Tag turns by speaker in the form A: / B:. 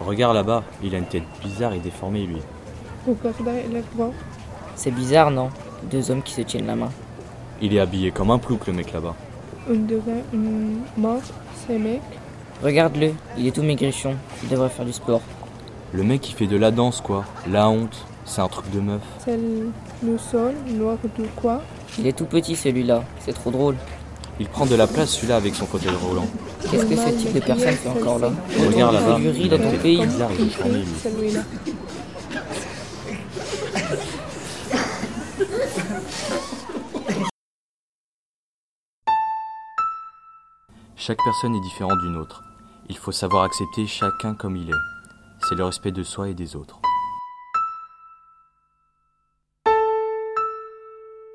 A: Regarde là-bas, il a une tête bizarre et déformée, lui.
B: Regarda la
C: C'est bizarre, non Deux hommes qui se tiennent la main.
A: Il est habillé comme un plouc, le mec là-bas.
B: On dirait une mince, ces mecs.
C: Regarde-le, il est tout maigrichon. Il devrait faire du sport.
A: Le mec, il fait de la danse, quoi. La honte, c'est un truc de meuf.
B: C'est le sol noir de quoi
C: Il est tout petit, celui-là. C'est trop drôle.
A: Il prend de la place, celui-là, avec son fauteuil roulant.
C: Qu'est-ce que ce type de personne fait encore là
A: Regarde
C: Autant
A: là-bas.
C: que du riz dans ton
A: Comme-
C: pays.
A: bizarre, il est déformé, lui.
B: Celui-là.
A: Chaque personne est différente d'une autre. Il faut savoir accepter chacun comme il est. C'est le respect de soi et des autres.